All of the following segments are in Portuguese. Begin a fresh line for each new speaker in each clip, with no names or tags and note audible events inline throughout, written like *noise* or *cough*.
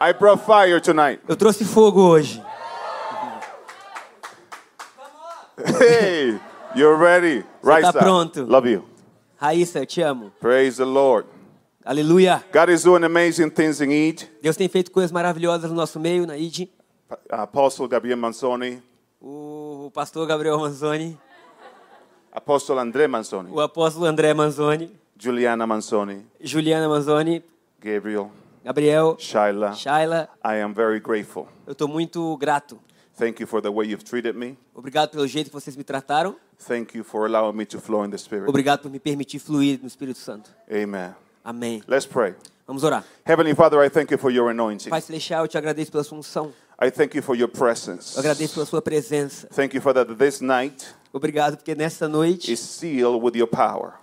I brought fire tonight.
Eu trouxe fogo hoje.
Hey, you're ready. Right
tá
side.
pronto.
Love you.
Raíssa, eu te amo.
Praise the Lord.
Aleluia.
God is doing amazing things in each.
Deus tem feito coisas maravilhosas no nosso meio, na ID.
uh, Apostle Gabriel Manzoni,
O pastor Gabriel Manzoni,
Apostle Andre Manzoni,
o apóstolo André Manzoni,
Juliana Manzoni,
Juliana Manzoni,
Gabriel,
Gabriel,
Shyla.
Shaila.
I am very grateful.
Eu tô muito grato.
Thank you for the way you've treated me.
Obrigado pelo jeito que vocês me trataram.
Thank you for allowing me to flow in the Spirit.
Obrigado por me permitir fluir no Espírito Santo.
Amen.
Amém.
Let's pray.
Vamos orar.
Heavenly Father, I thank you for your anointing.
Pai Celestial, eu te agradeço pela sua unção.
I thank you for your presence.
Eu agradeço pela sua presença.
Thank you for that this night
Obrigado porque nesta noite
is sealed with your power.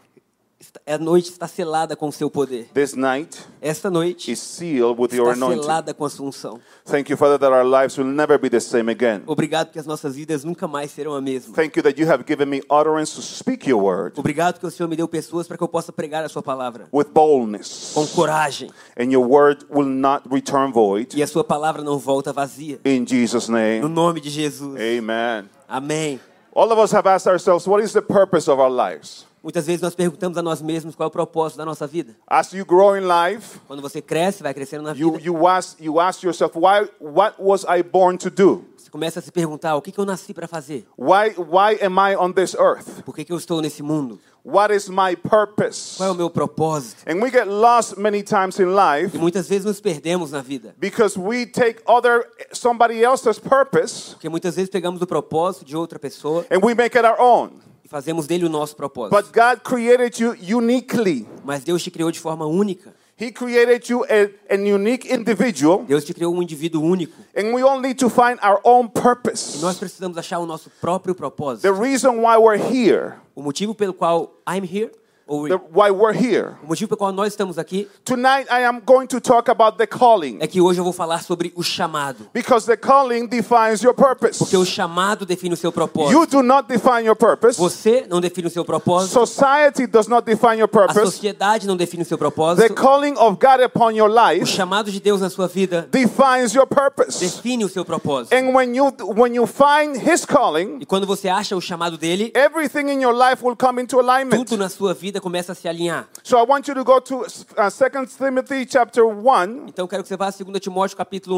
está- a noite está selada com o seu poder.
This night
Esta noite
is sealed with your
está
anointing.
selada com a sua unção.
Thank you, Father, that our lives will never be the same again.
Obrigado que as nossas vidas nunca mais serão a mesma.
Thank you that you have given me utterance to speak your word
Obrigado que o Senhor me deu pessoas para que eu possa pregar a sua palavra
with boldness,
com coragem
and your word will not return void.
e a sua palavra não volta vazia.
In Jesus'
No
name,
nome de Jesus.
amen.
Amém.
All of us have asked ourselves, what is the purpose of our lives?
Muitas vezes nós perguntamos a nós mesmos qual é o propósito da nossa vida.
As you grow in life,
Quando você cresce, vai crescendo na
you,
vida,
you, ask, you ask yourself, why, what was I born to do?
você começa a se perguntar o que, que eu nasci para fazer?
Why, why am I on this earth?
Por que, que eu estou nesse mundo?
What is my purpose?
Qual é o meu propósito?
And we get lost many times in life
E muitas vezes nos perdemos na vida.
because we take other somebody else's purpose
Porque muitas vezes pegamos o propósito de outra pessoa
and we make it our own.
e fazemos dele o nosso propósito.
But God created you uniquely.
Mas Deus te criou de forma única.
He created you a, an unique individual,
Deus te criou um indivíduo único.
and we all need to find our own
E nós
purpose.
precisamos achar o nosso próprio propósito.
The reason why we're here,
O motivo pelo qual I'm here, ou
the, why we're here.
o motivo pelo qual nós estamos aqui,
Tonight, I am going to talk about the calling
é que hoje eu vou falar sobre o chamado.
because the calling defines your purpose.
Porque o chamado define o seu propósito.
You do not define your purpose.
Você não define o seu propósito.
Society does not define your
A
purpose.
sociedade não define o seu
The
propósito.
calling of God upon your
O
life
chamado de Deus na sua vida
defines your purpose.
define o seu propósito.
And when you when you find his calling,
E quando você acha o chamado dele,
É- everything in your life will come into alignment.
tudo na sua vida começa a se alinhar.
So I want you to go to uh, 2 Timothy chapter 1,
Então eu quero que você vá a 2 Timóteo capítulo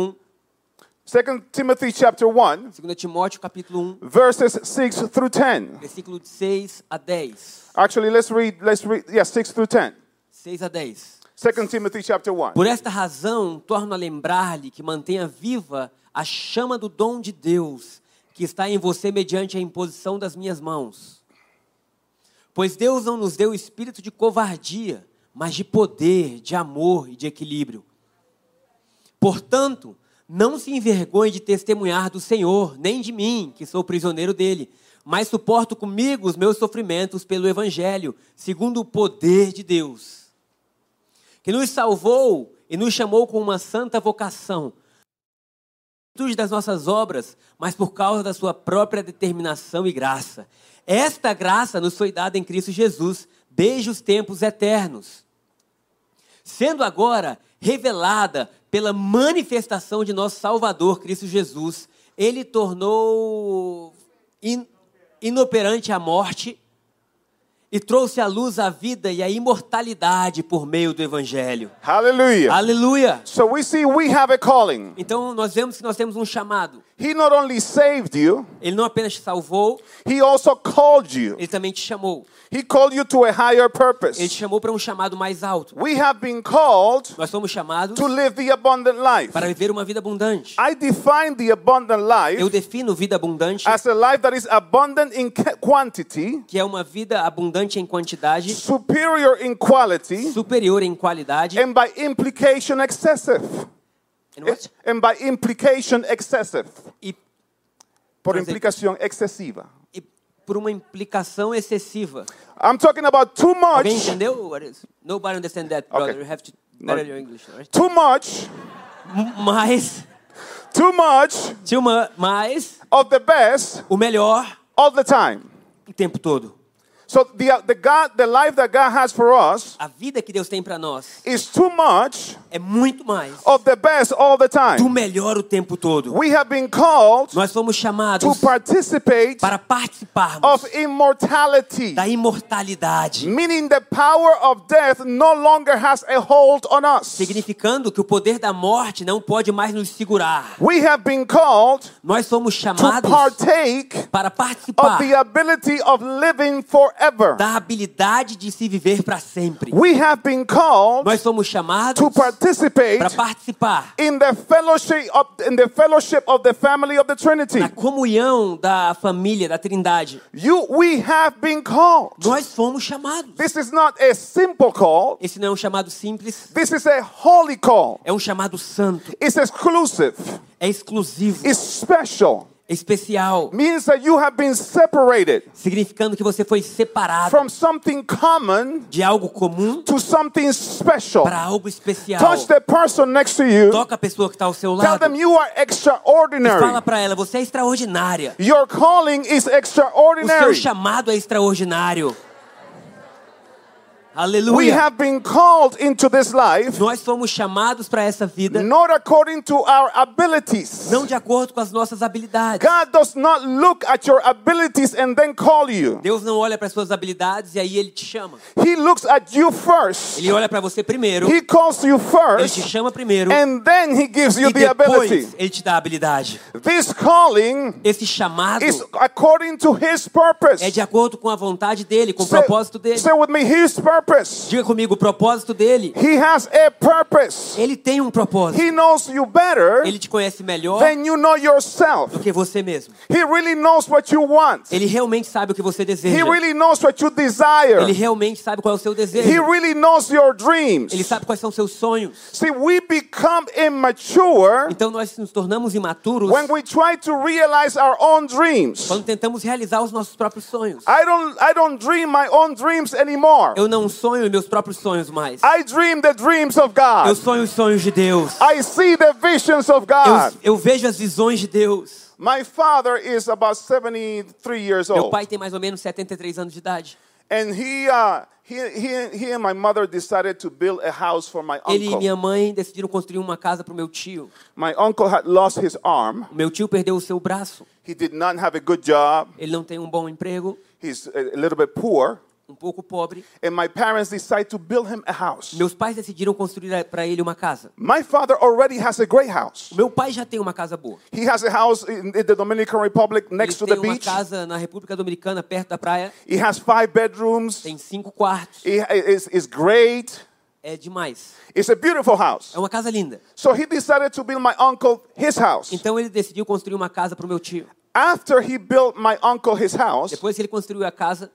2 Timothy chapter 1,
1. 2 Timóteo capítulo 1,
verses 6 through 10.
versículo de 6 a 10.
Actually, let's read let's read yeah, 6 through 10.
6 a 10.
2 Timothy chapter 1.
Por esta razão, torno a lembrar-lhe que mantenha viva a chama do dom de Deus que está em você mediante a imposição das minhas mãos. Pois Deus não nos deu espírito de covardia, mas de poder, de amor e de equilíbrio. Portanto, não se envergonhe de testemunhar do Senhor, nem de mim, que sou prisioneiro dele, mas suporto comigo os meus sofrimentos pelo Evangelho, segundo o poder de Deus que nos salvou e nos chamou com uma santa vocação. Não por virtude das nossas obras, mas por causa da sua própria determinação e graça. Esta graça nos foi dada em Cristo Jesus, desde os tempos eternos, sendo agora revelada pela manifestação de nosso Salvador Cristo Jesus. Ele tornou in- inoperante a morte e trouxe à luz a vida e a imortalidade por meio do Evangelho.
Hallelujah.
Aleluia!
So we see we have a calling.
Então nós vemos que nós temos um chamado.
He not only saved you,
Ele não apenas te salvou,
he also called you.
ele também te chamou.
He called you to a higher
Ele te
purpose.
chamou para um chamado mais alto.
We have been called
Nós somos chamados
to live the abundant life.
para viver uma vida abundante.
I define the abundant
Eu
life
defino vida abundante,
as a life that is abundant in ca- quantity,
que é uma vida abundante em quantidade,
superior in quality, É,
superior em qualidade
and by implication excessive. Eh,
And what?
and by implication excessive.
E,
Por
Mas é-
implicação excessiva.
e por uma implicação excessiva.
I'm talking about too much.
Alguém entendeu? What is- Nobody understand that, brother.
Okay.
You have to better
No.
your English, alright?
Too much.
Mas,
Too much
tinha uma, mas
of the best
o melhor
all the time.
o tempo todo.
So the the God the life that God has for us
A vida que Deus tem para nós
is too much
é muito mais
of the best all the
do
time.
melhor o tempo todo.
We have been called
Nós fomos chamados
to participate
para
of
participarmos
immortality,
da imortalidade,
meaning the power of death no longer has a hold on us.
significando que o poder da morte não pode mais nos segurar.
We have been called
Nós somos
to
chamados
partake
para
of
participar
the ability of living forever.
da habilidade de se viver para sempre.
We have been called
Nós somos chamados
to participate
para participar
in the fellowship of in the fellowship of the family of the Trinity.
na comunhão da família, da trindade.
You we have been called.
Nós fomos chamados.
This is not a simple call.
Esse não é um chamado simples,
This is a holy call.
é um chamado santo,
It's exclusive.
é exclusivo,
It's special.
é especial,
Means that you have been separated
significando que você foi separado
from something common
de algo comum
to something special.
para algo especial.
Touch the person next to you.
Toca a pessoa que está ao seu
Tell
lado
them
e
you are
fala
extraordinary.
para ela: você é extraordinária.
Your calling is
O seu
extraordinary.
chamado é extraordinário.
We
Aleluia.
have been called into this life
Nós fomos chamados para essa vida
not according to our abilities.
não de acordo com as nossas habilidades.
God does not look at your abilities and then call you.
Deus não olha para as suas habilidades e aí ele te chama.
He looks at you first.
Ele olha para você primeiro,
He calls you
ele te
first,
chama primeiro
and then he gives you
e
the
depois
ability.
ele te dá a habilidade.
This calling
Esse chamado
is according to his purpose.
é de acordo com a vontade dele, com o
Say-
propósito dele.
Say with me, his purpose.
Diga comigo, o propósito dele.
He has a purpose.
Ele tem um propósito.
He knows you better
Ele te conhece melhor
than you know yourself.
do que você mesmo.
He really knows what you want.
Ele realmente sabe o que você
He
deseja.
really knows what you desire.
Ele realmente sabe qual é o seu
He
desejo.
really knows your dreams.
Ele sabe quais são seus sonhos.
See, we become immature
Então nós nos tornamos imaturos
when we try to realize our own dreams.
quando tentamos realizar os nossos próprios sonhos.
I don't I don't dream my own dreams anymore.
Eu não sonho meus próprios sonhos mais.
I dream the dreams of
Eu
God.
sonho os sonhos de Deus.
I see the visions of God.
Eu, eu vejo as visões de Deus.
My father is about 73 years
Meu
old,
pai tem mais ou menos 73 anos de idade.
and he, uh, he he he and my mother decided to build a house for my
Ele e
uncle.
minha mãe decidiram construir uma casa para o meu tio.
My uncle had lost his arm.
O meu tio perdeu o seu braço.
He did not have a good job.
Ele não tem um bom emprego,
He's a a little bit poor,
um pouco pobre.
and my parents decided to build him a house.
Meus pais decidiram construir para ele uma casa.
My father already has a great house.
Meu pai já tem uma casa boa.
He has a house in in the Dominican Republic
Ele
next to
tem
the
uma
beach.
casa na República Dominicana, perto da praia.
He has five bedrooms.
Tem cinco quartos.
It is it's great.
É demais.
It's a beautiful house.
É uma casa linda.
So he decided to build my uncle his house.
Então ele decidiu construir uma casa para o meu tio.
After he built my uncle his house,
Depois que ele construiu a casa,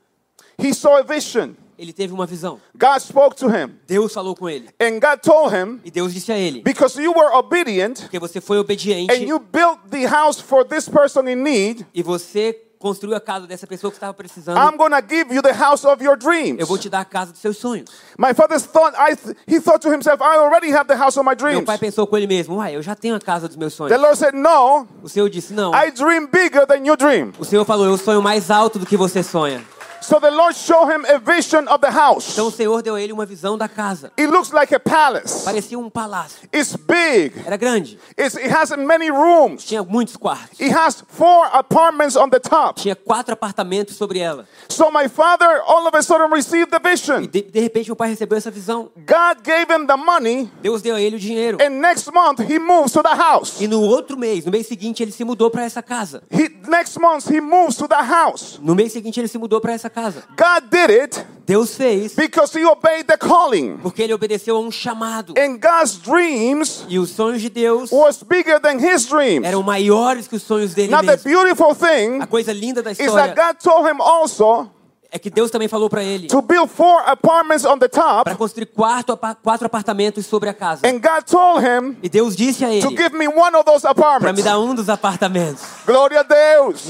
he saw a vision.
ele teve uma visão.
God spoke to him,
Deus falou com ele.
and God told him,
E Deus disse a ele:
Because you were obedient
Porque você foi obediente
and you built the house for this person in need,
e você construiu a casa dessa pessoa que estava precisando,
I'm going to give you the house of your
eu vou
dreams.
te dar a casa dos seus sonhos.
My father thought, I th- he thought to himself, I already have the house of my
Meu
dreams.
pai pensou com ele mesmo: Uai, eu já tenho a casa dos meus sonhos.
The Lord said, No,
O Senhor disse: Não.
I dream bigger than you dream.
O Senhor falou: Eu sonho mais alto do que você sonha.
So the Lord showed him a vision of the house.
Então o Senhor deu a ele uma visão da casa.
It looks like a palace.
Parecia um palácio.
It's big.
Era grande.
It's, it has many rooms.
Tinha muitos quartos.
It has four apartments on the top.
Tinha quatro apartamentos sobre ela.
So my father all of a sudden received the vision.
De, de repente, meu pai recebeu essa visão.
God gave him the money,
Deus deu a ele o dinheiro.
and next month he moves to the house.
E no outro mês, no mês seguinte, ele se mudou para essa casa.
He, next month he moves to the house.
No mês seguinte, ele se mudou para essa casa.
God did it
Deus fez
because he obeyed the calling.
porque ele obedeceu a um chamado.
And God's dreams
E os sonhos de Deus
was bigger than his dreams.
eram maiores que os sonhos dele
Now the
mesmo.
beautiful thing
A coisa linda da
is that
história
God told him also
é que Deus também falou para ele
to build four apartments on the top.
para construir quatro, apa- quatro apartamentos sobre a casa.
And God told him
E Deus disse a
to
ele
give me one of those
para me
apartments.
dar um dos apartamentos.
Gloria a Deus.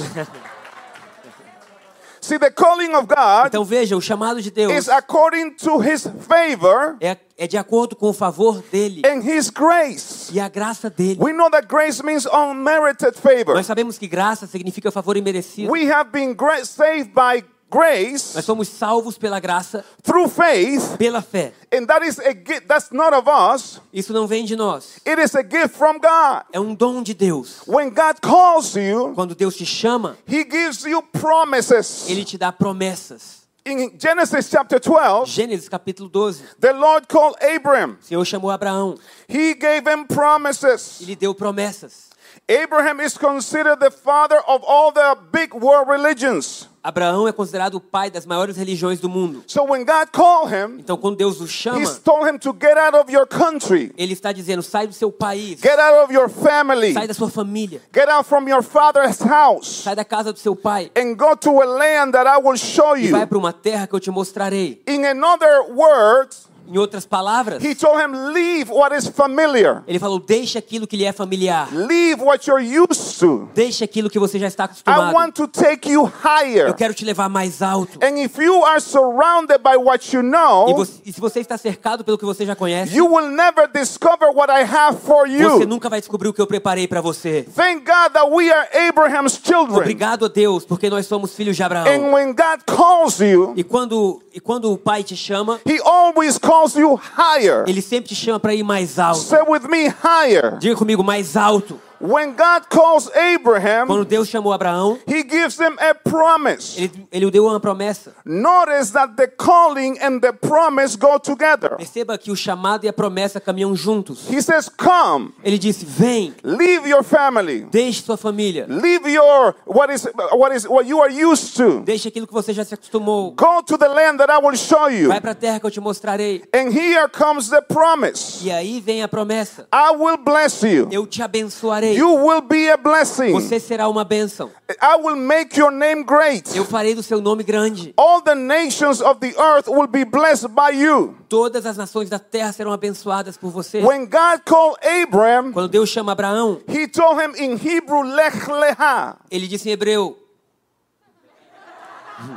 See, the calling of God
Então veja, o chamado de Deus
is according to his favor
é, é de acordo com o favor dele
and his grace.
e a graça dele.
We know that grace means unmerited favor.
Nós sabemos que graça significa favor imerecido.
We have been gra- saved by
Nós
grace
somos salvos pela graça,
through faith,
pela fé.
and that is a gift that's not of us.
Isso não vem de nós.
It is a gift from God.
É um dom de Deus.
When God calls you,
Quando Deus te chama,
he gives you promises.
ele te dá promessas.
In Genesis chapter 12,
Gênesis capítulo 12.
the Lord called Abram.
O Senhor chamou Abraão
He gave him
e
promises.
lhe deu promessas.
Abraham is considered the father of all the big world religions.
Abraão é considerado o pai das maiores religiões do mundo.
So when God called him,
Então, quando Deus o
he
chama,
told him to get out of your country,
ele está dizendo: sai do seu país,
get out of your family,
sai da sua família,
get out from your father's house,
sai da casa do seu pai
and go to a land that I will show
e vai
you.
para uma terra que eu te mostrarei.
In another word,
Em outras palavras,
he told him, leave what is familiar,
ele falou: deixa aquilo que lhe é familiar,
leave what you're used to.
deixa aquilo que você já está
I
acostumado.
want to take you higher.
Eu quero te levar mais alto.
And if you are surrounded by what you
E,
know,
você- e se você está cercado pelo que você já conhece,
you will never discover what I have for
você
you.
nunca vai descobrir o que eu preparei para você.
Thank God that we are Abraham's children.
Obrigado a Deus, porque nós somos filhos de Abraão.
And when God calls you,
E quando, e quando o pai te chama,
He always calls you higher.
ele sempre te chama para ir mais alto.
Say with me, higher.
Diga comigo, mais alto.
When God calls
Quando
Abraham,
Deus chamou Abraão,
He gives him a promise.
ele, ele o deu uma promessa.
Notice that the calling and the promise go together.
Perceba que o chamado e a promessa caminham juntos.
He says, Come,
Ele disse: Vem,
leave your family.
deixe sua família,
Leave your what is what is what you are used to.
deixe aquilo que você já se acostumou.
Go to the land that I will show you.
Vai para a terra que eu te mostrarei.
And here comes the promise.
E aí vem a promessa:
I will bless you.
Eu te abençoarei.
You will be a blessing.
Você será uma bênção.
I will make your name great.
Eu farei do seu nome grande.
All the nations of the earth will be blessed by you.
Todas as nações da terra serão abençoadas por você.
When God called Abraham,
Quando Deus chama Abraão,
he told him in Hebrew, Lech Leha.
ele disse em hebreu,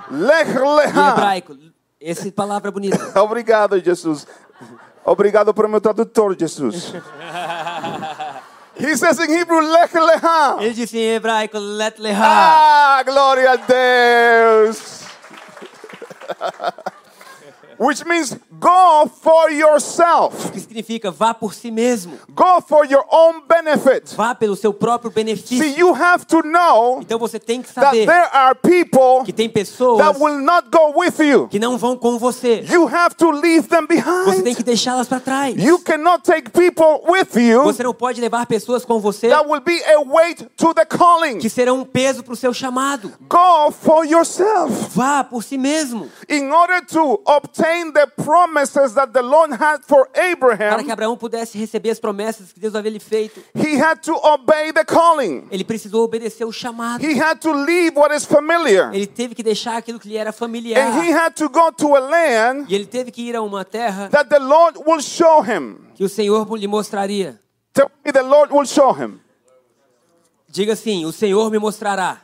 Lech
em
Leha.
hebraico, essa palavra é bonita.
Obrigado, Jesus. Obrigado por meu tradutor, Jesus. He says in Hebrew, Lech Leha.
Ele disse em hebraico, let leha.
Ah, glória a Deus. *laughs* Which means go for yourself.
que significa vá por si mesmo,
Go for your own benefit.
vá pelo seu próprio
See,
benefício.
you have to know
Então você tem que
that
saber
there are people
que tem pessoas
that will not go with you.
que não vão com você.
You have to leave them
Você tem
behind.
que deixá-las para trás.
You cannot take people with you
Você não pode levar pessoas com você
that will be a weight to the calling.
que serão um peso para o seu chamado.
Go for yourself.
Vá por si mesmo.
In order to obtain the promises that the Lord had for
Para que
Abraham,
Abraão pudesse receber as promessas que Deus havia lhe feito,
he had to obey the calling.
ele precisou obedecer o chamado.
He had to leave what is familiar.
Ele teve que deixar aquilo que lhe era
And he
familiar.
had to go to a land
E ele teve que ir a uma terra
that the Lord will show him.
que o Senhor lhe mostraria.
Tell me the Lord will show him.
Diga assim: O Senhor me mostrará.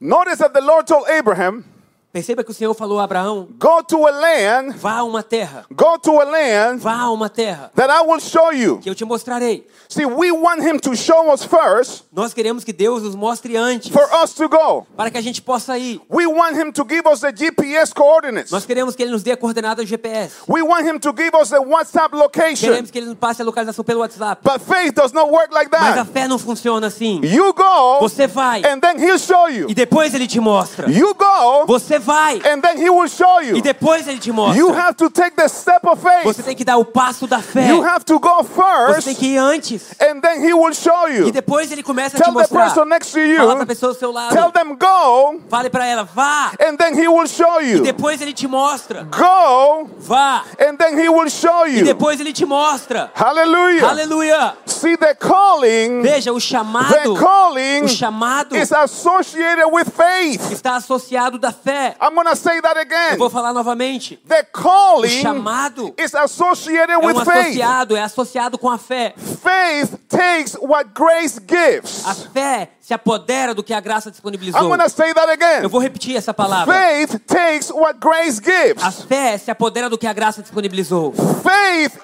Notice that the Lord told Abraham,
Perceba que o Senhor falou a Abraão:
Go to a land,
Vá a uma terra,
go to a land
vá a uma terra,
that I will show you.
que eu te mostrarei.
See, we want him to show us first
Nós queremos que Deus nos mostre antes,
for us to go.
para que a gente possa ir.
We want him to give us the GPS coordinates.
Nós queremos que Ele nos dê a coordenada do GPS.
We want him to give us the WhatsApp location.
Queremos que Ele nos passe a localização pelo WhatsApp.
But faith does not work like
Mas a
that.
fé não funciona assim.
You go
Você vai
É. and then he'll show you.
e depois Ele te mostra.
You go
Você vai.
and then he will show
E
you.
depois ele te
You
mostra.
have to take the step of
Você
faith.
tem que dar o passo da fé.
You have to go
Você tem
first,
que ir antes.
and then he will show
E
you.
depois ele começa a te
Tell the
mostrar.
person next to
Fala pra
you,
pessoa do seu lado.
tell them go,
Fale pra ela, vá.
and then he will show you.
Depois ele te mostra.
Go,
Vá.
and then he will show
E
you.
depois ele te mostra.
Hallelujah.
Aleluia.
See, the calling, the
Veja, o chamado,
calling
o chamado
is associated with faith.
está associado da fé.
I'm going to say that
Eu vou
again.
falar novamente.
The
O
calling
chamado
is associated
é um
with faith.
associado, é associado com a fé.
Faith takes what grace
A
gives.
fé se apodera do que a graça
I'm
disponibilizou.
going to say that
Eu
again.
vou repetir essa palavra.
Faith takes what grace
A
gives.
fé se apodera do que a graça disponibilizou.
Faith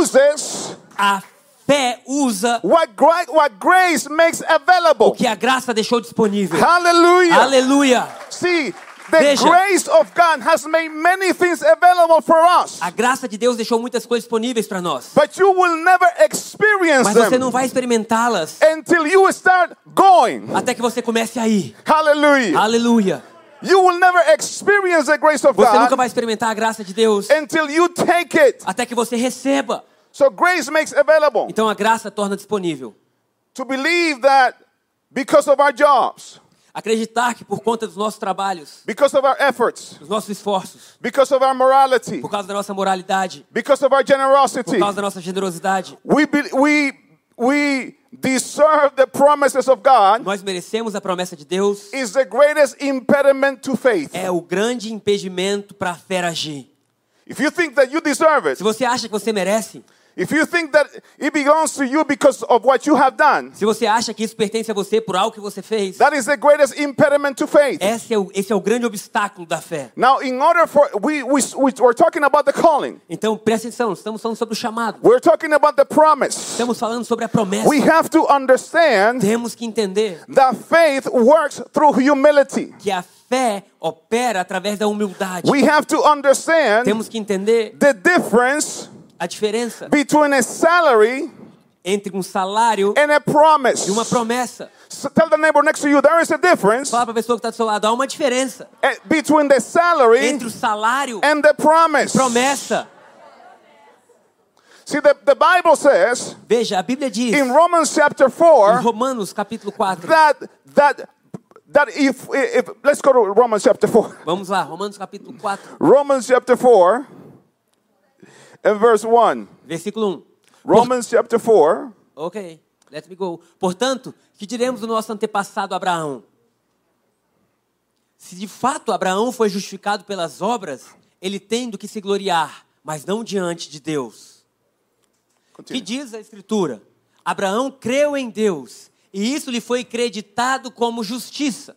uses
A fé usa
what, gra- what grace makes
o
available.
que a graça deixou disponível.
Hallelujah.
Aleluia.
See, the
Veja.
grace of God has made many things available for us,
A graça de Deus deixou muitas coisas disponíveis para nós.
but you will never experience
Mas você
them
não vai experimentá-las
until you start going.
até que você comece aí.
Hallelujah.
Aleluia.
You will never experience the grace of
Você nunca
God
vai experimentar a graça de Deus
until you take it.
até que você receba.
So grace makes available
Então a graça torna disponível.
to believe that because of our jobs,
Acreditar que por conta dos nossos trabalhos,
because of our efforts,
dos nossos esforços,
because of our morality,
por causa da nossa moralidade,
because of our
por
generosity,
causa da nossa generosidade,
we be, we we deserve the promises of God
nós merecemos a promessa de Deus.
is the greatest impediment to faith.
É o grande impedimento para a fé agir.
If you think that you deserve it,
Se você acha que você merece,
if you think that it belongs to you because of what you have done,
se você acha que isso pertence a você por algo que você fez,
that is the greatest impediment to faith.
esse é o, esse é o grande obstáculo da fé.
Now, in order for we we we- we're talking about the calling,
Então presta atenção, estamos falando sobre o chamado,
we're talking about the promise.
estamos falando sobre a promessa.
We have to understand
Temos que entender
that faith works through humility.
que a fé opera através da humildade.
We have to understand
Temos que entender
the difference
a diferença
between a salary
entre um salário
and a promise.
e uma promessa.
So tell the neighbor next to you there is a difference
Fala para a pessoa que está do seu lado, há uma diferença
eh, between the salary
entre o salário e
and the promise.
promessa.
See, the, the Bible says
Veja, a Bíblia diz
in
em
Romans chapter 4
Romanos capítulo 4.
that that that if, if let's go to Romans chapter 4.
Vamos lá, Romanos capítulo 4,
*laughs* Romans chapter 4 and verse 1.
versículo 1.
Romans chapter 4
Ok, let me go. Portanto, que diremos do nosso antepassado Abraão? Se de fato Abraão foi justificado pelas obras, ele tem do que se gloriar, mas não diante de Deus.
Continue.
Que diz a Escritura? Abraão creu em Deus, e isso lhe foi creditado como justiça.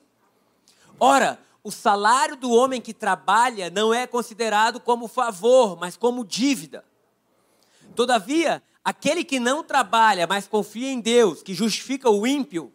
Ora, o salário do homem que trabalha não é considerado como favor, mas como dívida. Todavia, aquele que não trabalha, mas confia em Deus, que justifica o ímpio,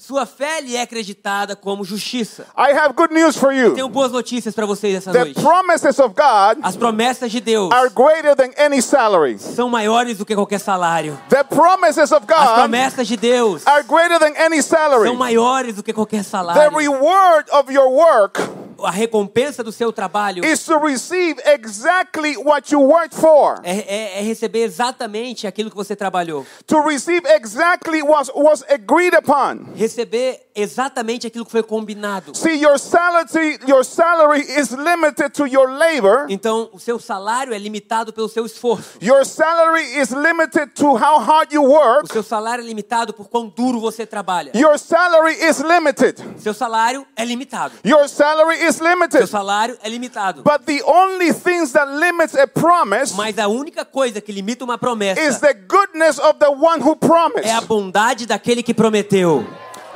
sua fé lhe é acreditada como justiça.
I have good news for you.
Tenho boas notícias para vocês essa
The
noite.
promises of God
As promessas de Deus
are greater than any salary.
são maiores do que qualquer salário.
The promises of
As
God
promessas de Deus
Ah, are greater than any
são
salary.
maiores do que qualquer
The
salário.
reward of your work
A recompensa do seu trabalho
is to receive exactly what you worked for,
é, é- é receber exatamente aquilo que você trabalhou.
to receive exactly what was agreed upon.
Receber exatamente aquilo que foi combinado.
See, your salary, your salary is limited to your labor.
Então, o seu salário é limitado pelo seu esforço.
Your salary is limited to how hard you
O
work.
seu salário é limitado por quão duro você trabalha.
Your salary is limited.
Seu salário é limitado.
Your salary is
Seu
limited.
salário é limitado.
But the only things that limits a promise
Mas a única coisa que limita uma
is
promessa
the goodness of the one who
é a
promised.
bondade daquele que prometeu.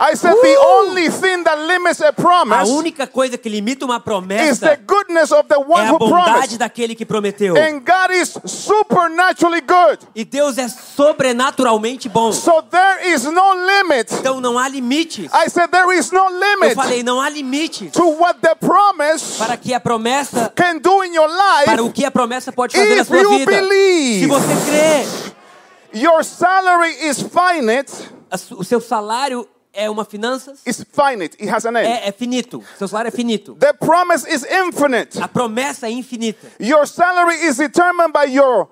I said the only thing that limits a
A
promise
única coisa que limita uma
is the
promessa
goodness of the
é
one
a
who
bondade
promised.
daquele que prometeu.
And God is supernaturally good.
E Deus é sobrenaturalmente bom.
So Ah, there is no limit.
Então não há limites.
I said there is no
Eu
limit
falei, não há limites
to what the promise
para que a promessa,
can do in your
para o
life.
que a promessa pode fazer na
If
sua
you
vida.
believe.
Se você crê,
Your salary is finite,
a su- o seu salário é uma finanças,
It's finite. It has an end.
é, é finito. Seu salário é finito.
The promise is infinite.
A promessa é infinita.
Your salary is determined by your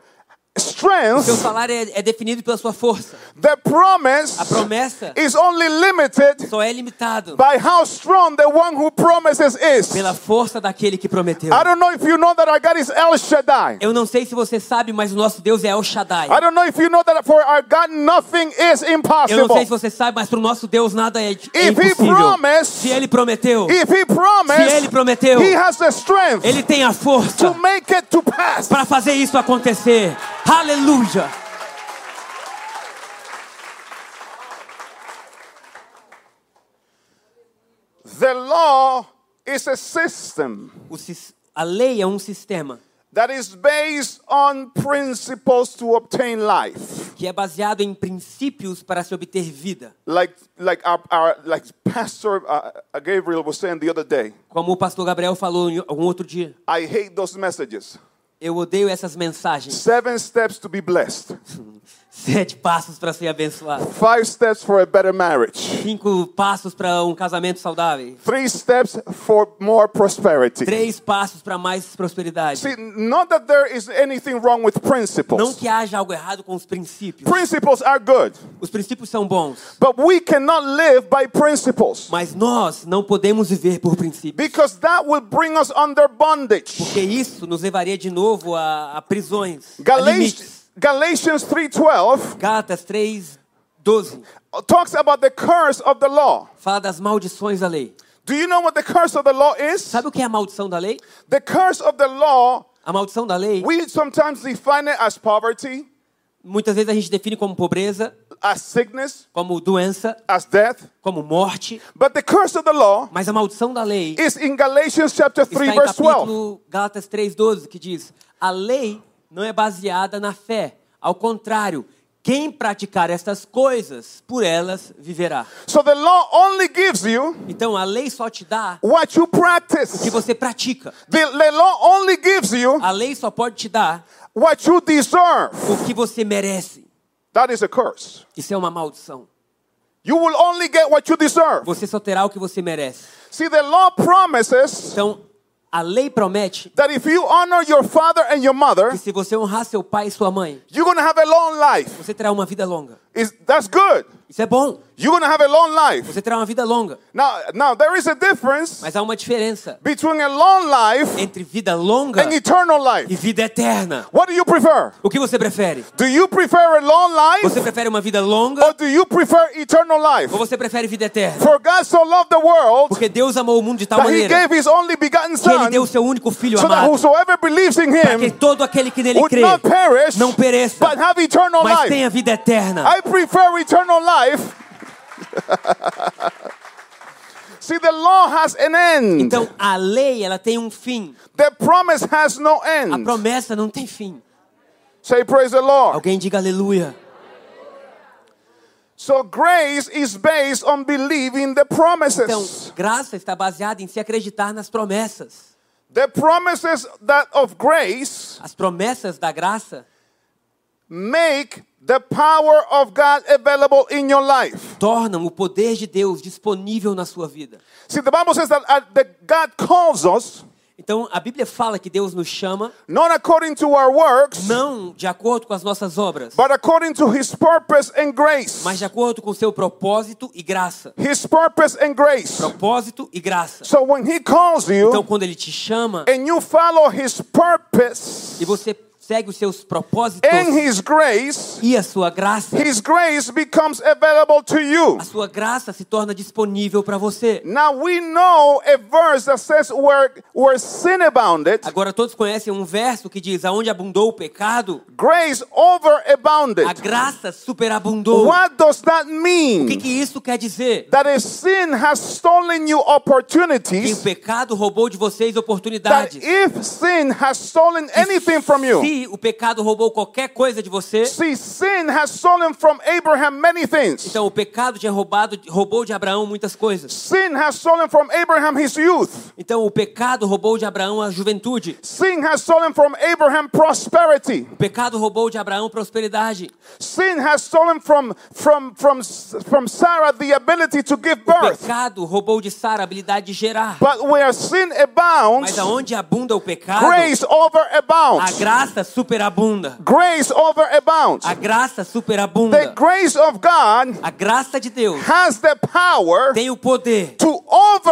Seu
strength.
salário é, é definido pela sua força.
The
A
promise
promessa
is only limited
só é limitada
by how strong the one who promises is.
pela força daquele que prometeu.
I don't know if you know that our God is El Shaddai.
Eu não sei se você sabe, mas o nosso Deus é El Shaddai.
I don't know if you know that for our God nothing is
Eu não sei se
impossible.
você sabe, mas para o nosso Deus nada é, é
If he
impossível.
promised,
Se Ele prometeu,
if he
se Ele
promised,
prometeu,
he has the strength
Ele tem a força
to make it to pass.
para fazer isso acontecer. Aleluia!
The law is a system
O sis- a lei é um sistema
that is based on principles to obtain life.
que é baseado em princípios para se obter vida.
Like, like, our, our, like Pastor uh, uh, Gabriel was saying the other day,
Como o pastor Gabriel falou em algum outro dia,
I hate those messages.
eu odeio essas mensagens. *laughs*
Seven steps to be blessed,
Sete passos para ser abençoado.
five steps for a better marriage,
Cinco passos para um casamento saudável.
three steps for more prosperity.
Três passos para mais prosperidade.
See, not that there is anything wrong with
Não
principles.
que haja algo errado com os princípios.
Principles are good,
Os princípios são bons,
but we cannot live by principles
mas nós não podemos viver por princípios,
because that will bring us under bondage.
porque isso nos levaria de novo a, a prisões, a limites.
Galatians, Galatians 3:12
Gatas 3, 12,
talks about the curse of the law.
fala das maldições da lei.
Do you know what the curse of the law is?
Sabe o que é a maldição da lei?
The curse of the law,
A maldição da lei,
we sometimes define it as poverty,
muitas vezes a gente define como pobreza,
as sickness,
como doença,
as death,
como morte,
but the curse of the law
mas a maldição da lei
is in Galatians chapter
está
3
em
verse 12.
capítulo Gálatas 3:12 que diz: "A lei não é baseada na fé, ao contrário, quem praticar estas coisas, por elas viverá."
So the law only gives you
Então a lei só te dá
what you
o que
practice.
você pratica.
The, the law only gives you
A lei só pode te dar
what you deserve.
o que você merece.
That is a curse.
Isso é uma maldição.
You will only get what you deserve.
Você só terá o que você merece.
See, the law promises
Então, a lei promete
that if you honor your father and your mother,
que se você honrar seu pai e sua mãe,
you're going to have a long life.
você terá uma vida longa.
Is that's good.
Isso é bom.
You're going to have a long life.
Você terá uma vida longa.
Now, now there is a difference
Mas há uma diferença
between a long life
entre vida longa
and eternal
e
life.
vida eterna.
What do you prefer?
O que você prefere?
Do you prefer a long
Você
life
prefere uma vida
or
longa
do you prefer eternal life?
ou você prefere vida eterna?
For God so loved the world
Porque Deus amou o mundo de tal
that he
maneira
gave his only begotten
que ele
son
deu o seu único filho
so that
amado
whosoever believes in
para que
him
todo aquele que nele
would
crê
not perish
não pereça,
but have eternal
mas
life.
tenha vida eterna.
I prefer eternal life. *laughs* See, the law has an end.
Então a lei ela tem um fim,
The promise has no
a
end.
promessa não tem fim.
Say praise the Lord.
Alguém diga aleluia.
So grace is based on believing the
Então
promises.
graça está baseada em se acreditar nas promessas.
The promises that of grace
As promessas da graça
make the power of God available in your life.
tornam o poder de Deus disponível na sua vida.
See, the Bible says that uh, that God calls us
Então a Bíblia fala que Deus nos chama
not according to our works,
não de acordo com as nossas obras,
but according to His purpose and grace.
mas de acordo com seu propósito e graça.
His purpose and grace.
Propósito e graça.
So when he calls
Então
you
quando ele te chama
and you follow his purpose
e você segue os seus propósitos
and his grace,
e a sua graça,
his grace becomes available to you.
a sua graça se torna disponível para você.
Now we know a verse that says where, where sin abounded,
Agora todos conhecem um verso que diz: "Aonde abundou o pecado,
grace overabounded.
a graça superabundou".
What does that
O Oh. que,
mean?
que isso quer dizer?
That if sin has stolen you
Que o
opportunities,
pecado roubou de vocês
that
oportunidades.
if sin has stolen anything from you,
Se se o pecado roubou qualquer coisa de você,
See, sin has stolen from Abraham many things.
então o pecado tinha roubado, roubou de Abraão muitas coisas.
Sin has stolen from Abraham his youth.
Então o pecado roubou de Abraão a juventude.
Sin has stolen from Abraham prosperity.
O pecado roubou de Abraão prosperidade.
Sin has stolen from, from, from, from Sarah the ability to give
O
birth.
pecado roubou de Sara a habilidade de gerar.
But where sin abounds,
Mas aonde abunda o pecado,
grace
a
overabounds.
graça superabunda.
Grace overabounds.
A
The
graça superabunda.
grace of God
A graça de Deus
has the power
tem o poder
to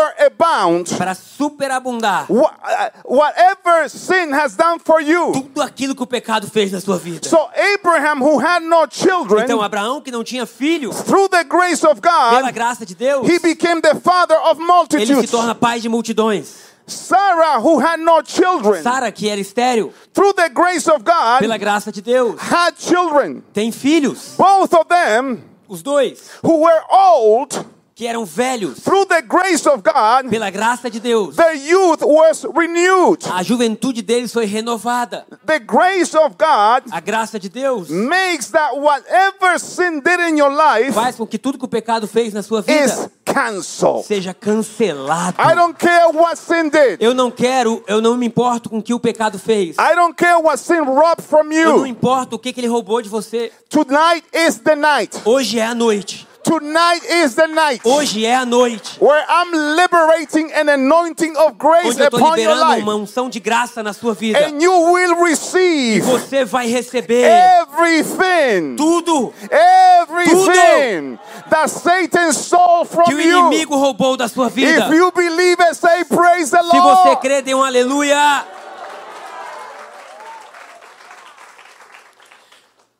overabound
para superabundar
wha- uh, whatever sin has done for you.
tudo aquilo que o pecado fez na sua vida.
So Abraham, who had no children,
Então Abraão, que não tinha filho,
through the grace of
pela
God,
graça de Deus,
he became the father of
ele se
multitudes.
torna pai de multidões.
Sarah, who had no children,
Sara, que era estéril,
through the grace of God,
pela graça de Deus,
had children.
tem filhos.
Both of them,
Os dois,
who were old,
que eram velhos,
through the grace of God,
pela graça de Deus,
their youth was renewed.
a juventude deles foi renovada.
The grace of God
A graça de Deus
makes that whatever sin did in your life
faz com que tudo que o pecado fez na sua
is
vida
canceled.
seja cancelado.
I don't care what sin did.
Eu não quero, eu não me importo com o que o pecado fez.
I don't care what sin robbed from
Eu não
you.
importo o que, que ele roubou de você.
Tonight is the night.
Hoje é a noite.
Tonight is the night
Hoje é a noite.
where I'm liberating an anointing of grace
Onde eu estou
upon your
liberando uma
life.
unção de graça na sua vida.
And you will receive
Você vai receber
everything,
tudo
everything that Satan stole
que
from
o
you.
inimigo roubou da sua vida.
If you believe it, say praise the
Se você
Lord.
crê, dê um aleluia.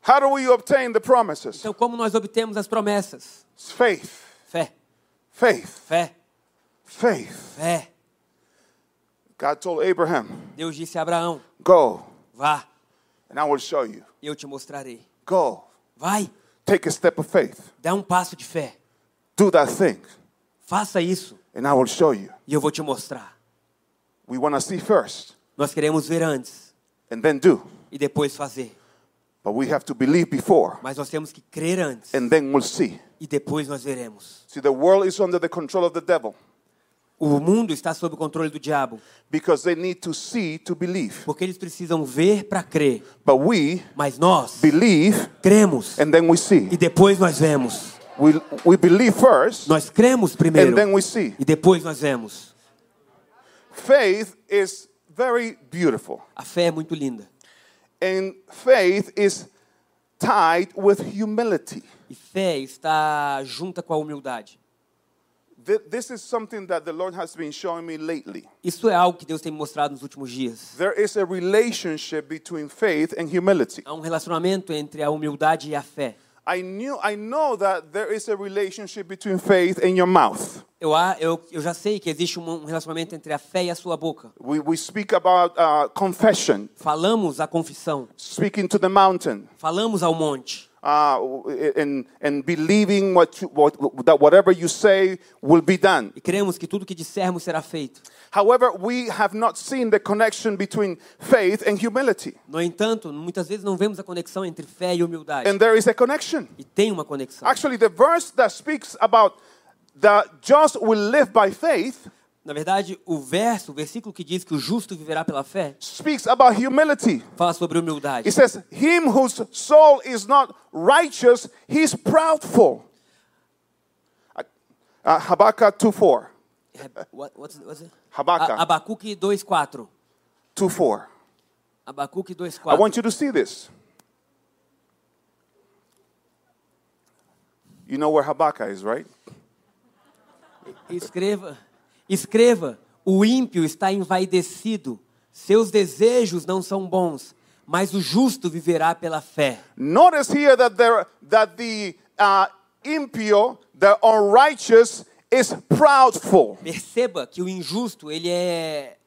How do we obtain the promises?
Então, como nós obtemos as promessas?
It's faith,
Fé,
faith,
fé,
faith.
fé.
God told Abraham,
Deus disse a Abraão:
Go,
vá,
and I will show you.
eu te mostrarei.
Go,
Vai,
take a step of faith,
dá um passo de fé.
do that thing,
Faça isso
and I will show you.
e eu vou te mostrar.
We want to see first
Nós queremos ver antes
and then do.
e depois fazer.
But we have to believe before
Mas nós temos que crer antes
and then we'll see.
e depois nós veremos.
See, the world is under the control of the devil
O mundo está sob o controle do diabo,
because they need to see to believe.
porque eles precisam ver para crer.
But we
Mas nós
believe
cremos
and then we
e
see.
depois nós vemos.
We, we believe first
Nós cremos primeiro
and then we see.
e depois nós vemos.
Faith is very beautiful.
A fé é muito linda.
And faith is tied with humility.
E fé está junta com a humildade.
Th- This is something that the Lord has been showing me lately.
Isso é algo que Deus tem me mostrado nos últimos dias.
There is a relationship between faith and humility.
Há um relacionamento entre a humildade e a fé.
I knew I know that there is a relationship between faith and your mouth.
Eu, há- eu, eu já sei que existe um um relacionamento entre a fé e a sua boca.
We, we speak about uh, confession,
Falamos a confissão,
speaking to the mountain,
falamos ao monte
uh, and, and believing what you, what, that whatever you say will be done.
e cremos que tudo que dissermos será feito.
However, we have not seen the connection between faith and humility.
No entanto, muitas vezes não vemos a conexão entre fé e humildade.
And there is a connection.
E tem uma conexão.
Actually, the verse that speaks about that just will live by faith
Na verdade, o verso, o versículo que diz que o justo viverá pela fé,
speaks about humility.
fala sobre humildade.
It says, Him whose soul is not righteous, he's proudful. Uh, Habakkuk 2 4.
É, what- what's- what's it?
Habaca.
A- Abacuque 2.4.
2 4.
Abacuque
I
2.4.
want you to see this. You know where Habakkuk is, right?
Escreva, escreva, o ímpio está envaidecido, seus desejos não são bons, mas o justo viverá pela fé.
Notice here that, there, that the uh, impure, the unrighteous, is proudful.
Perceba que o injusto, ele é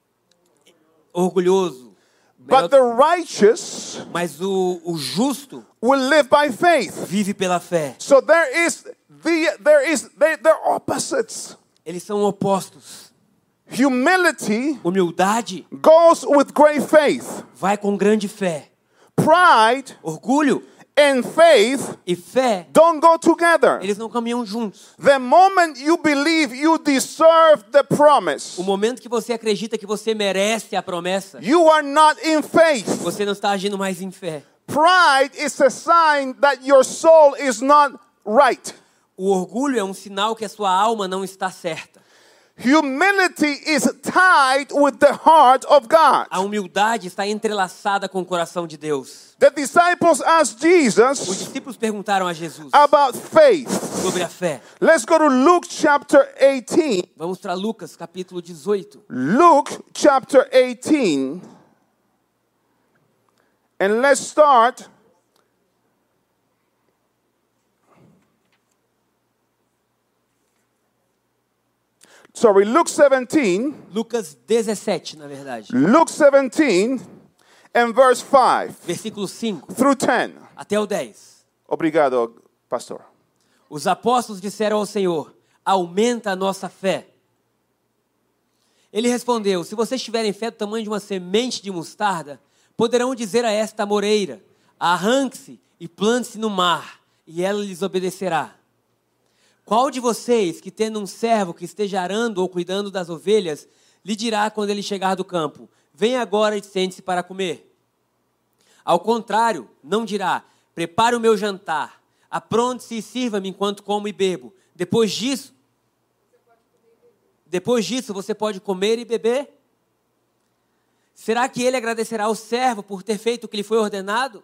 orgulhoso,
But the righteous
mas o, o justo
will live by faith.
vive pela fé.
So there is the there is they, they're opposites.
Eles são opostos.
Humility
Humildade
goes with great faith.
vai com grande fé.
pride
Orgulho
and faith
e fé,
don't go together.
eles não caminham juntos.
The moment you believe you deserve the promise,
O momento que você acredita que você merece a promessa,
you are not in faith.
você não está agindo mais em fé.
Pride is a sign that your soul is not right.
O orgulho é um sinal que a sua alma não está certa.
Humility is tied with the heart of God.
A humildade está entrelaçada com o coração de Deus.
The disciples asked
Os
Jesus
discípulos perguntaram a Jesus
about faith.
sobre a fé.
Let's go to Luke chapter 18.
Vamos para Lucas capítulo 18.
Luke chapter 18. And let's start Sorry, Luke 17,
Lucas 17, na verdade.
Luke 17 and verse 5
Versículo 5
through 10.
até o 10.
Obrigado, pastor.
Os apóstolos disseram ao Senhor: Aumenta a nossa fé. Ele respondeu: Se vocês tiverem fé do tamanho de uma semente de mostarda, poderão dizer a esta moreira: Arranque-se e plante-se no mar, e ela lhes obedecerá. Qual de vocês que tendo um servo que esteja arando ou cuidando das ovelhas, lhe dirá quando ele chegar do campo: Vem agora e sente-se para comer? Ao contrário, não dirá: prepare o meu jantar, apronte-se e sirva-me enquanto como e bebo. Depois disso, depois disso você pode comer e beber? Será que ele agradecerá ao servo por ter feito o que lhe foi ordenado?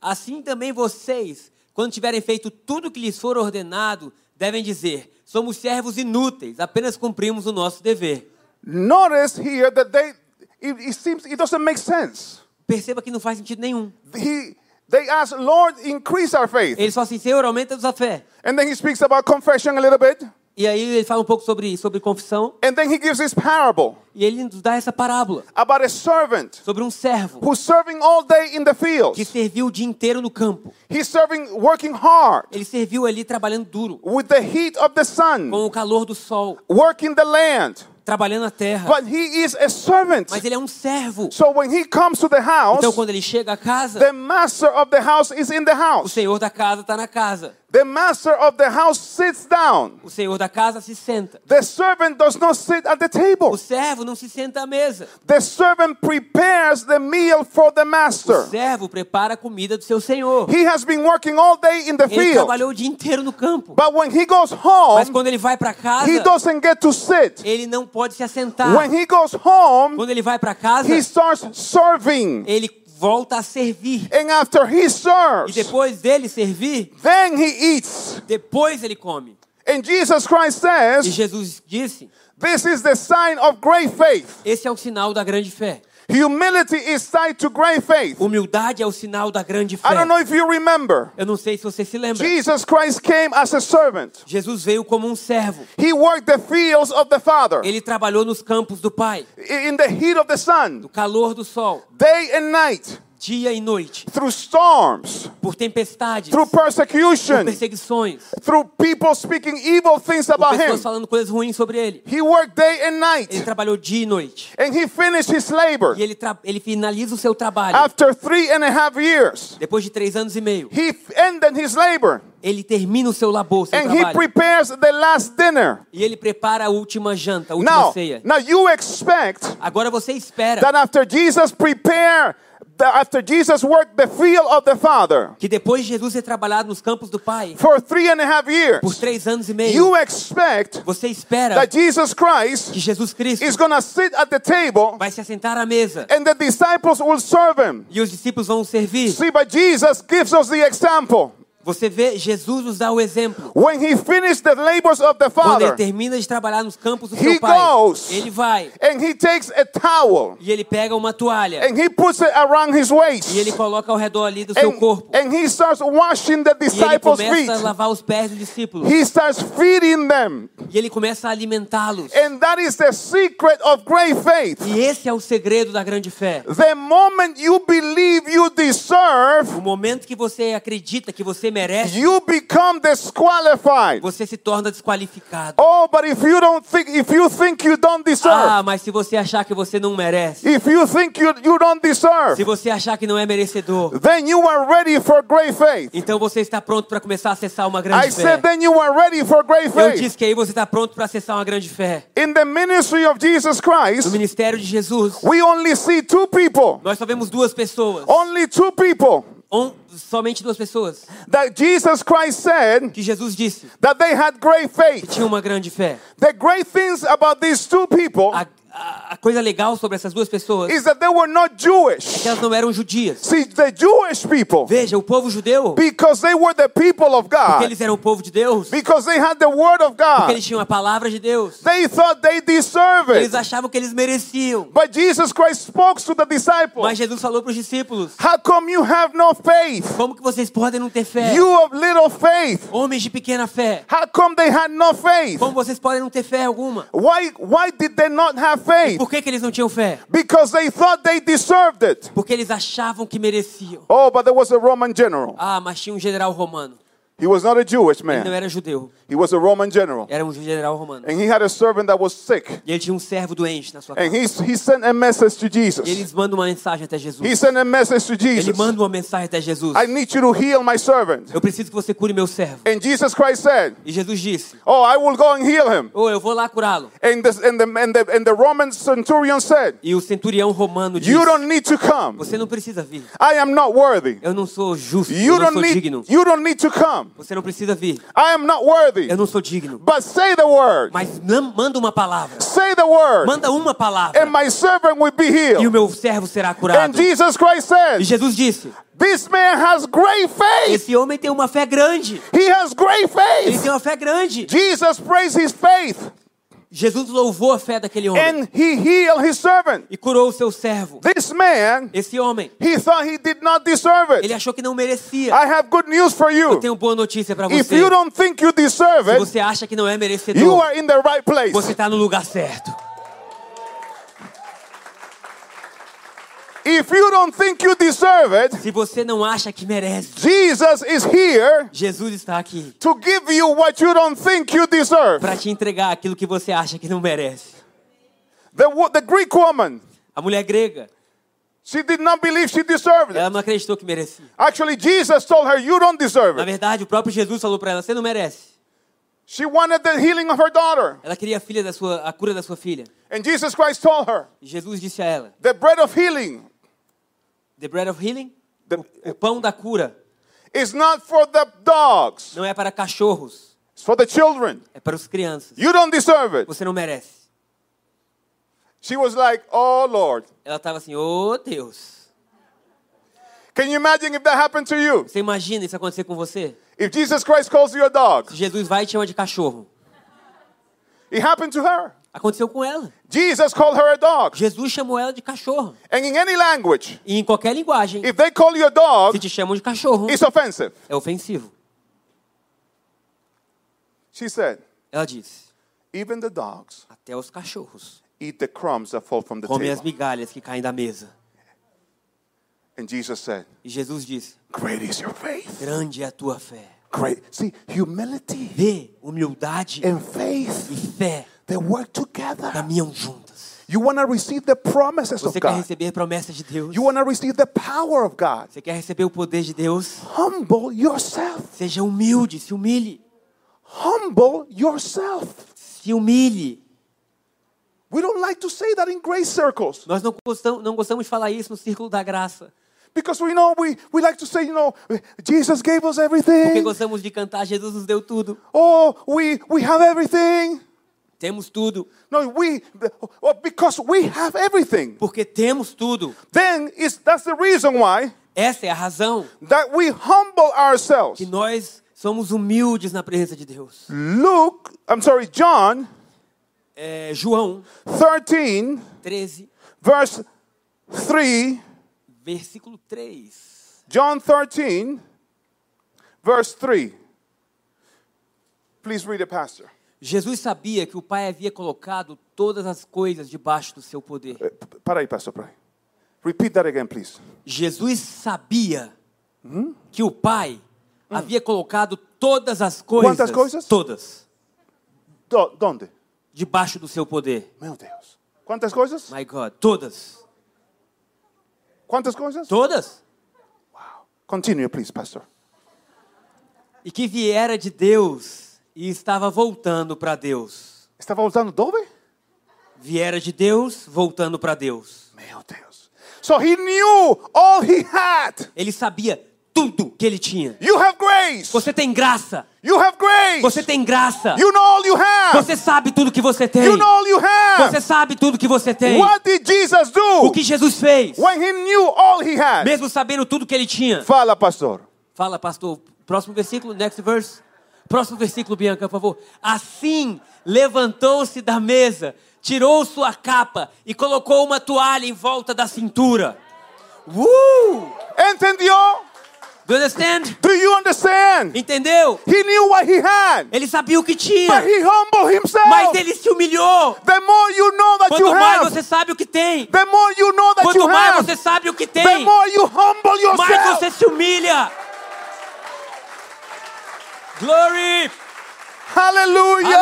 Assim também vocês, quando tiverem feito tudo o que lhes for ordenado, devem dizer: somos servos inúteis, apenas cumprimos o nosso dever.
Notice here that they it, it seems it doesn't make sense.
Perceba que não faz sentido nenhum.
He they ask, Lord, increase our faith.
Eles falam assim: Senhor, aumenta-nos a fé.
And then he speaks about confession a little bit.
E aí ele fala um pouco sobre, sobre confissão
And then he gives this parable
e ele nos dá essa parábola
about a servant
sobre um servo
who's serving all day in the
que
fields.
serviu o dia inteiro no campo.
He's serving, working hard
Ele serviu ali trabalhando duro,
with the heat of the sun,
com o calor do sol,
working the land.
trabalhando a terra.
But he is a servant.
Mas ele é um servo.
So when he comes to the
Então
house,
quando ele chega à casa,
the master of the house is in the
o
house.
senhor da casa está na casa.
The master of the house sits down.
O senhor da casa se senta.
The servant does not sit at the
O
table.
servo não se senta à mesa.
The servant prepares the meal for the
O
master.
servo prepara a comida do seu senhor.
He has been working all day in the
Ele
field.
trabalhou o dia inteiro no campo.
But when he goes
Mas
home,
quando ele vai para casa,
he doesn't get to sit.
ele não pode se assentar.
When he goes home,
Quando ele vai para casa,
he starts serving.
ele volta a servir.
And after he
E
serves,
depois dele servir,
then he eats.
depois ele come.
And Jesus Christ
E
says,
Jesus disse:
This is the sign of great faith.
Esse é o sinal da grande fé.
Humility is tied to great faith.
Humildade é o sinal da grande fé.
I don't know if you remember.
Eu não sei se você se lembra.
Jesus Christ came as a servant.
Jesus veio como um servo.
He worked the fields of the Father
Ele trabalhou nos campos do Pai,
in the heat of the sun,
no calor do sol,
day and night,
dia e noite,
through storms,
por tempestades,
through
por
persecution,
perseguições,
through people speaking evil things
por
about
pessoas
him.
falando coisas ruins sobre ele.
He worked day and
Ele
night,
trabalhou dia e noite.
and he finished his labor
E ele, tra- ele finaliza o seu trabalho.
after three and a half years.
Depois de três anos e meio,
He f- ended his labor,
ele termina o seu labor, seu
and he
trabalho.
prepares the last dinner.
E ele prepara a última janta, a última
Now,
ceia.
now you expect
Agora você espera
that after Jesus prepare, that after Jesus worked the field of the Father
que depois de Jesus ter trabalhado nos campos do Pai
for three and a half
por
years,
três anos e meio,
you expect
você espera
that Jesus Christ
que Jesus Cristo
is gonna sit at the table,
vai se assentar à mesa
and the disciples will serve him.
e os discípulos vão servir.
See, but Jesus gives us the example.
Você vê, Jesus nos dá o exemplo.
When he finished the labors of the
Quando ele
Father,
termina de trabalhar nos campos do
He
seu Pai,
goes.
ele vai
and he takes a towel
e ele pega uma toalha
and he puts it around his waist,
e ele coloca ao redor ali do seu
and,
corpo
and he starts washing the
e ele
disciples'
começa a
feet.
lavar os pés dos discípulos
He starts feeding them.
e ele começa a alimentá-los.
And that is the secret of great faith.
E esse é o segredo da grande fé.
The moment you believe you
O
deserve,
momento que você acredita que você merece,
you become disqualified.
você se torna desqualificado.
Oh, but if you don't think, if you think you don't
Ah,
deserve,
mas se você achar que você não merece,
if you think you, you don't deserve,
se você achar que não é merecedor,
then you are ready for great faith.
então você está pronto para começar a acessar uma
I
grande fé.
said, then you are ready for great
Eu
faith.
disse que aí você está pronto para acessar uma grande fé.
In the ministry of Jesus
No
Christ,
ministério de Jesus,
we only see two people,
nós só vemos duas pessoas.
only two people
Um- somente duas pessoas.
that Jesus Christ said
Que Jesus disse
that they had great
que
faith.
tinha uma grande fé.
The great things about these two people
A, a- a coisa legal sobre essas duas pessoas
is that they were not
é
Jewish.
que elas não eram judias.
See, the Jewish people,
Veja, o povo judeu, porque
because they were the people of God,
eles eram o povo de Deus, porque
because they had the word of God,
eles tinham a palavra de Deus,
they thought they deserved
eles
it.
achavam que eles mereciam.
But Jesus Christ spoke to the
Mas
disciples,
Jesus falou para os discípulos:
How come you have no faith?
como que vocês podem não ter fé?
You of little faith.
Homens de pequena fé,
How come they had no faith?
como vocês podem não ter fé alguma?
Why, why did they not have faith?
Por que, que eles não tinham fé?
Because they thought they deserved it.
Porque eles achavam que mereciam.
Oh, but there was a Roman general.
Ah, mas tinha um general romano.
He was not a Jewish
Ele não
man,
era judeu,
he was a Roman general.
era um general romano.
And he had a servant that was sick.
E ele tinha um servo doente na sua casa.
And he, he sent a message to
E
Jesus.
eles mandam uma mensagem até Jesus.
He sent a message to
Ele
Jesus.
manda uma mensagem até Jesus.
I need you to heal my servant.
Eu preciso que você cure meu servo.
And Jesus Christ said,
E Jesus disse:
Oh, I will go and heal him.
Oh, eu vou lá curá-lo.
And, this, and, the, and, the, and the Roman centurion said,
E o centurião romano disse:
You don't need to come.
Você não precisa vir.
I am not worthy.
Eu não sou justo.
You
Eu não
don't,
sou
need,
digno.
you don't need to come.
Você não precisa vir.
I am not worthy.
Eu não sou digno.
But say the word.
Mas não- manda uma palavra.
Say the word.
Manda uma
And
palavra.
my servant will be
E o
healed.
meu servo será
And
curado.
Jesus Christ
E
said,
Jesus disse:
This man has great faith.
Esse homem tem uma fé grande.
He has great
Ele
faith.
tem uma fé grande.
Jesus praised his faith
Jesus louvou a fé daquele homem.
and he healed his servant.
E curou o seu servo.
This man,
Esse homem.
he thought he did not deserve
Ele
it.
achou que não merecia.
I have good news for you.
Tenho boa notícia para
If
você.
you don't think you deserve
Se
it,
você acha que não é
you
merecedor,
are in the right
você
place.
está no lugar certo.
If you don't think you deserve it,
Se você não acha que merece,
Jesus is here
Jesus está aqui
to give you what you don't think you deserve.
para te entregar aquilo que você acha que não merece.
The, wo- the Greek woman,
A mulher grega,
she did not believe she deserved it.
ela não acreditou que merecia.
Actually, Jesus told her, You don't deserve
Na
it.
verdade, o próprio Jesus falou para ela: "Você não merece".
She wanted the healing of her daughter.
Ela queria a filha da sua, a cura da sua filha.
And Jesus Christ told her,
E Jesus disse a ela:
The bread of healing
"The bread of healing,
the,
o pão da cura,
is not for the dogs,
não é para cachorros,
it's for the children.
é para os crianças.
You don't deserve it.
Você não merece".
She was like, Oh Lord.
Ela estava assim: "Ô Deus,
Can you imagine if that happened to you?
você imagina isso acontecer com você?"
If Jesus Christ calls you a dog,
Jesus vai e te chama de cachorro.
it happened to her.
Aconteceu com ela.
Jesus called her a dog.
Jesus chamou ela de cachorro.
And in any language,
E em qualquer linguagem,
if they call you a dog,
se te chamam de cachorro,
it's offensive.
é ofensivo.
She said,
Ela disse:
Even the dogs
Até os cachorros
eat the crumbs that fall from the
comem as
table.
migalhas que caem da mesa.
And Jesus said,
E Jesus disse:
Great is your faith.
Grande é a tua fé.
Great. See, humility
Vê humildade
and
e
faith,
fé
they work together.
caminham juntas.
You want to receive the promises of
Você quer
God.
receber promessas de Deus?
You want to receive the power of God.
Você quer receber o poder de Deus?
Humble yourself.
Seja humilde, se humilhe.
Humble yourself.
Se humilhe.
We don't like to say that in grace circles
Nós não gostam- não gostamos de falar isso no círculo da graça.
because we know we, we like to say, you know, Jesus gave us
Porque
everything.
gostamos de cantar, Jesus nos deu tudo.
Oh, we, we have everything.
Temos tudo.
No, we, well, because we have everything.
Porque temos tudo.
Then it's, that's the reason why
Essa é a razão
that we humble ourselves.
que nós somos humildes na presença de Deus.
Luke, I'm sorry, John
É, João
13,
13,
verse 3,
versículo 3.
John 13, verse 3. Please read it, Pastor.
Jesus sabia que o Pai havia colocado todas as coisas debaixo do seu poder.
Eh, p- Para aí, Pastor, para aí. Repeat that again, please. Hum?
Jesus sabia que o Pai havia colocado todas as coisas,
Quantas coisas?
todas,
Do- ¿Dónde?
debaixo do seu poder.
Meu Deus. ¿Cuántas cosas?
My God, todas,
¿Cuántas cosas?
todas.
Continue, please, pastor.
E que viera de Deus e estava voltando para Deus.
¿Estaba usando doble?
Viera de Deus, voltando para Deus.
Meu Deus. So he knew all he had.
Ele sabia tudo que ele tinha.
You have grace.
Você tem graça.
You have grace.
Você tem graça.
You know all you have.
Você sabe tudo que você tem.
You know all you have.
Você sabe tudo que você tem.
What did Jesus
O
do
que Jesus fez,
when he knew all he had?
mesmo sabendo tudo que ele tinha.
Fala, pastor.
Fala, pastor. Próximo versículo, next verse. Próximo versículo, Bianca, por favor. Assim levantou-se da mesa, tirou sua capa e colocou uma toalha em volta da cintura. Uh!
Entendeu?
Do you understand?
Do you understand?
Entendeu?
He knew what he had,
Ele sabia o que
but
tinha,
he humbled
mas
himself.
ele se humilhou.
The more you know that you
Quanto mais
have,
você sabe o que tem,
the more you know that you
quanto mais você
have,
sabe o que
the
tem,
more you humble
mais
yourself.
você se humilha. Glory!
Hallelujah!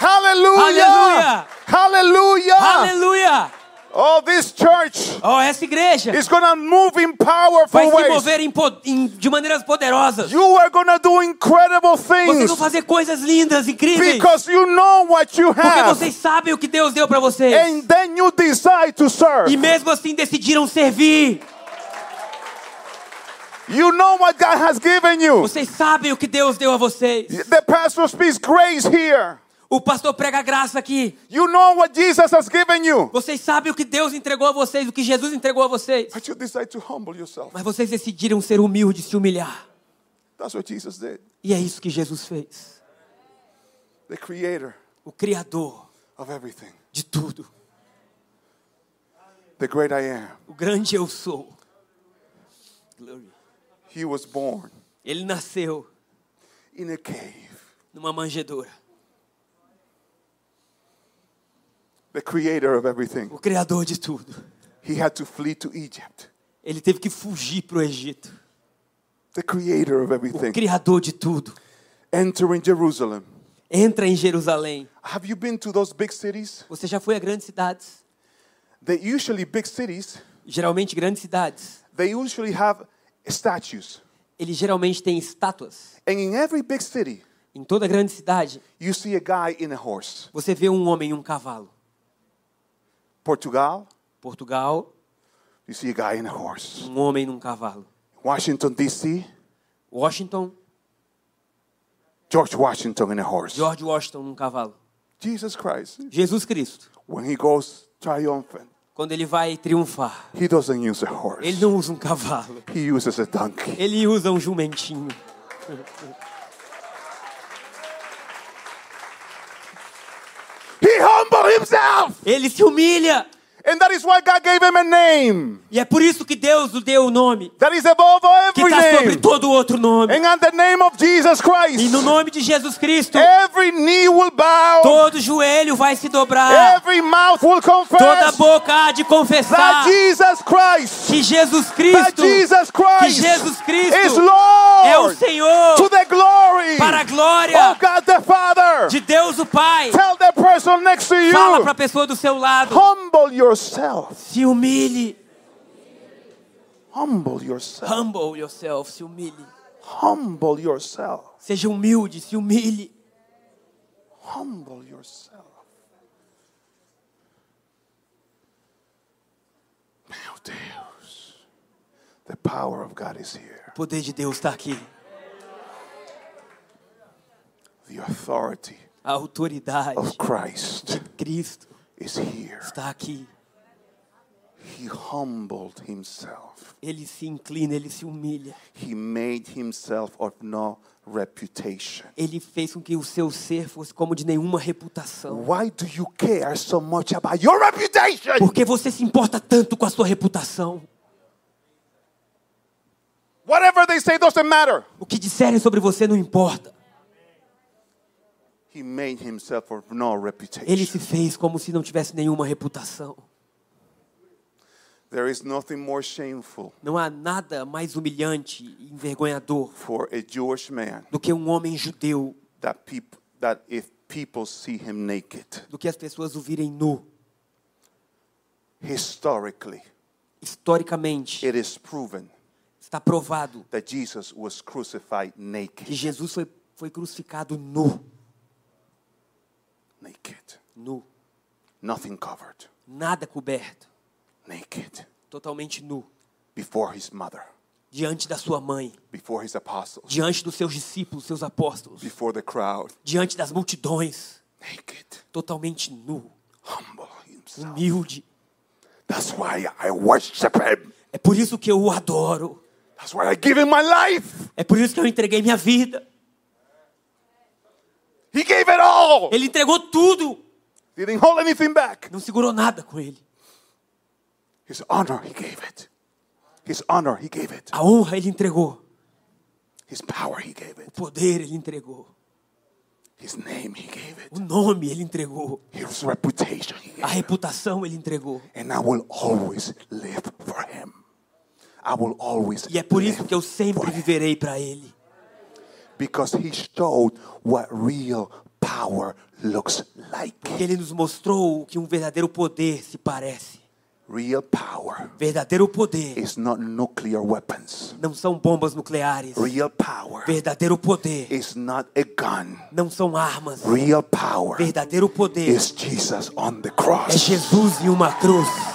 Aleluia!
Hallelujah!
Hallelujah.
Hallelujah!
Aleluia!
Oh, this church
Oh, essa igreja
is gonna move in
vai
powerful
se
ways.
mover em po- em- de maneiras poderosas.
You are gonna do incredible
Vocês
things
vão fazer coisas lindas, incríveis.
because you know what you
Porque
have,
vocês sabem o que Deus deu para vocês.
and then you decide to serve.
E mesmo assim decidiram servir.
You know what God has given you.
Vocês sabem o que Deus deu a vocês.
The pastor speaks grace here.
O pastor prega graça aqui.
You know what Jesus has given you.
Vocês sabem o que Deus entregou a vocês, o que Jesus entregou a vocês.
But you decide to humble yourself.
Mas vocês decidiram ser humildes, se humilhar.
That's what Jesus did.
E é isso que Jesus fez.
The creator
O Criador
of everything.
de tudo.
The great I am.
O grande eu sou. Glory.
He was born
Ele nasceu
in a cave.
numa manjedoura.
The creator of everything.
O Criador de tudo.
He had to flee to Egypt.
Ele teve que fugir para o Egito.
The creator of
O
everything.
Criador de tudo.
Entering Jerusalem.
Entra em Jerusalém.
Have you been to those big cities?
Você já foi a grandes cidades?
They usually, big cities,
Geralmente, grandes cidades.
they usually have statues.
Ele geralmente tem estátuas.
And in every big city,
Em toda grande cidade,
you see a guy in a horse.
você vê um homem e um cavalo.
Portugal,
Portugal,
you see a guy in a horse.
um homem num cavalo.
Washington, D.C.,
Washington,
George Washington in a horse.
George Washington num cavalo.
Jesus Christ,
Jesus Cristo,
when he goes triumphant,
quando ele vai triunfar,
he doesn't use a horse,
ele não usa um cavalo.
he uses a donkey.
Ele usa um jumentinho.
He humbled himself!
Ele se humilha.
And that is why God gave him a name
E é por isso que Deus o deu o nome.
that is above
Que
every
está sobre
name.
todo outro nome.
And at the name of Jesus
E no
Christ,
nome de Jesus Cristo,
every knee will bow,
todo joelho vai se dobrar.
every mouth will
Ah. Toda
confess
boca há de confessar
that Jesus Christ,
que Jesus
that
Cristo
Jesus Christ
Jesus Cristo
is
é o
Lord to
Senhor
the glory
para a
of
glória
God the Father.
de Deus o Pai.
Tell the person next to
Fala para a
you,
pessoa do seu lado.
humble yourself.
Se humilhe.
Humble yourself.
Humble yourself, se humilhe.
Humble yourself.
Seja humilde, se humilhe.
Humble yourself. Meu Deus. The power of God is here.
O poder de Deus está aqui.
The authority
A autoridade
of Christ
de Cristo
is here.
está aqui.
He humbled himself.
Ele se inclina, ele se humilha.
He made himself of no reputation.
Ele fez com que o seu ser fosse como de nenhuma reputação.
Why do you care so much about your reputation?
Porque você se importa tanto com a sua reputação.
Whatever they say doesn't matter.
O que disserem sobre você não importa.
He made himself of no reputation.
Ele se fez como se não tivesse nenhuma reputação.
There is nothing more shameful
Não há nada mais humilhante e envergonhador
for a Jewish man
do que um homem judeu,
that peop- that if people see him naked.
do que as pessoas o virem nu.
Historically,
Historicamente,
it is proven
está provado
that Jesus was crucified
que
naked.
Jesus foi, foi crucificado nu.
Naked.
Nu.
Nothing covered.
Nada coberto.
Naked.
Totalmente nu.
Before his mother,
Diante da sua mãe.
before his apostles,
Diante dos seus discípulos, seus apóstolos.
before the crowd.
Diante das multidões.
Naked.
Totalmente nu.
Humble himself.
Humilde.
That's why I worship him.
É por isso que eu o adoro.
That's why I give him my life.
É por isso que eu entreguei minha vida.
He gave it all.
Ele entregou tudo.
Didn't hold anything back.
Não segurou nada com ele.
His honor, he gave it. His honor, he gave it.
A honra ele entregou.
His power, he gave
O
it.
poder ele entregou.
His name, he gave
O
it.
nome ele entregou.
His reputation, he
A
gave it.
reputação ele entregou.
And I will always live for him. I will always
E é por
live
isso que eu sempre
for him.
viverei para ele.
Because he showed what real power looks like.
Porque ele nos mostrou o que um verdadeiro poder se parece.
Real power
Verdadeiro poder
is not nuclear weapons.
não são bombas nucleares.
Real power
Verdadeiro poder
is not a gun.
não são armas.
Real power
Verdadeiro poder
is Jesus on the
é
cross.
Jesus e uma cruz.